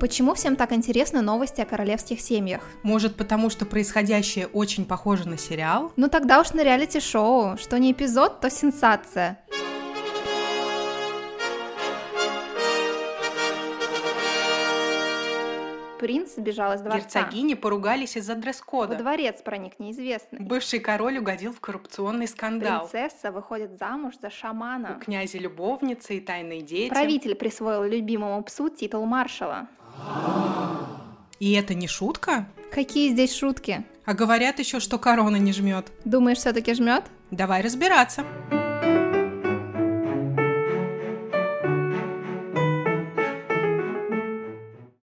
Почему всем так интересны новости о королевских семьях? Может, потому что происходящее очень похоже на сериал? Ну тогда уж на реалити-шоу. Что не эпизод, то сенсация. Принц сбежал из дворца. Герцогини поругались из-за Во дресс-кода. дворец проник неизвестный. Бывший король угодил в коррупционный скандал. Принцесса выходит замуж за шамана. У князя любовницы и тайные дети. Правитель присвоил любимому псу титул маршала. И это не шутка? Какие здесь шутки? А говорят еще, что корона не жмет. Думаешь, все-таки жмет? Давай разбираться.